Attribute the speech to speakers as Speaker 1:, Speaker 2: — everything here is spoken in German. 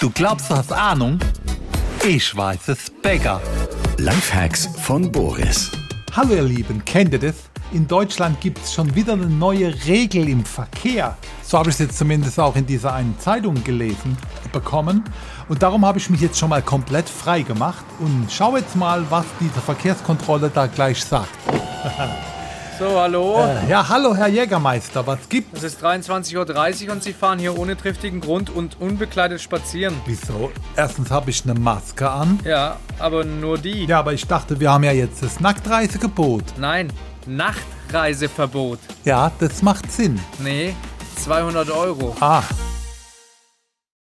Speaker 1: Du glaubst, du hast Ahnung? Ich weiß es Bäcker.
Speaker 2: Lifehacks von Boris.
Speaker 1: Hallo ihr Lieben, kennt ihr das? In Deutschland gibt es schon wieder eine neue Regel im Verkehr. So habe ich es jetzt zumindest auch in dieser einen Zeitung gelesen bekommen. Und darum habe ich mich jetzt schon mal komplett frei gemacht und schau jetzt mal, was diese Verkehrskontrolle da gleich sagt.
Speaker 3: So, hallo.
Speaker 1: Ja, hallo Herr Jägermeister, was gibt's?
Speaker 3: Es ist 23.30 Uhr und Sie fahren hier ohne triftigen Grund und unbekleidet spazieren.
Speaker 1: Wieso? Erstens habe ich eine Maske an.
Speaker 3: Ja, aber nur die.
Speaker 1: Ja, aber ich dachte, wir haben ja jetzt das Nacktreisegebot.
Speaker 3: Nein, Nachtreiseverbot.
Speaker 1: Ja, das macht Sinn.
Speaker 3: Nee, 200 Euro.
Speaker 1: Ah,